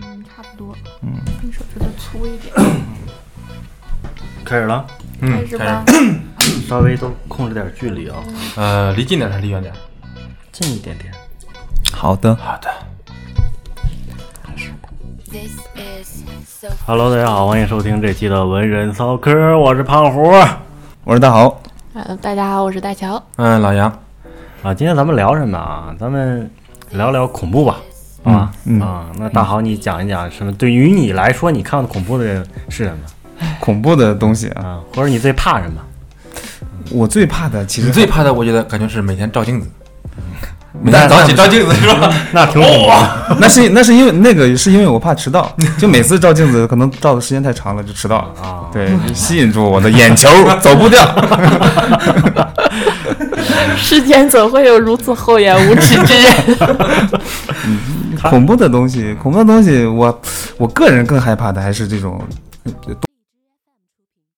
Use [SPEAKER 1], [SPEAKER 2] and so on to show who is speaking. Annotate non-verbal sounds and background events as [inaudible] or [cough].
[SPEAKER 1] 面差不多，
[SPEAKER 2] 嗯，
[SPEAKER 1] 比手指头粗一点。
[SPEAKER 2] 开始了，
[SPEAKER 1] 开
[SPEAKER 3] 嗯，
[SPEAKER 1] 始
[SPEAKER 3] 开
[SPEAKER 1] 吧
[SPEAKER 3] 始。，
[SPEAKER 2] 稍微都控制点距离啊、
[SPEAKER 3] 呃，离近点还是离远点？
[SPEAKER 2] 近一点点。
[SPEAKER 4] 好的，
[SPEAKER 3] 好的，
[SPEAKER 5] This is so
[SPEAKER 2] Hello，大家好，欢迎收听这期的文人骚嗑，我是胖虎
[SPEAKER 4] 我是大豪。
[SPEAKER 1] 嗯，大家好，我是大乔。
[SPEAKER 3] 嗯，老杨，
[SPEAKER 2] 啊。今天咱们聊什么啊？咱们聊聊恐怖吧，好吧？
[SPEAKER 4] 嗯
[SPEAKER 2] 啊，那大豪，你讲一讲什么？对于你来说，你看到恐怖的是什么
[SPEAKER 4] 嗯恐怖的东西啊，
[SPEAKER 2] 啊？或者你最怕什么？
[SPEAKER 4] 我最怕的其
[SPEAKER 3] 你
[SPEAKER 4] 实 [laughs]
[SPEAKER 3] 最怕的，我觉得感觉是每天照镜子，每
[SPEAKER 4] 那
[SPEAKER 3] 天早起照镜子是吧？
[SPEAKER 2] 那挺恐怖的。
[SPEAKER 4] 那是那是因为那个是因为我怕迟到，就每次照镜子可能照的时间太长了就迟到了，
[SPEAKER 2] 啊，
[SPEAKER 4] 对，吸引住我的眼球，走不掉。
[SPEAKER 6] 世间怎会有如此厚颜无耻之人？
[SPEAKER 4] 恐怖的东西，恐怖的东西，我我个人更害怕的还是这种。呃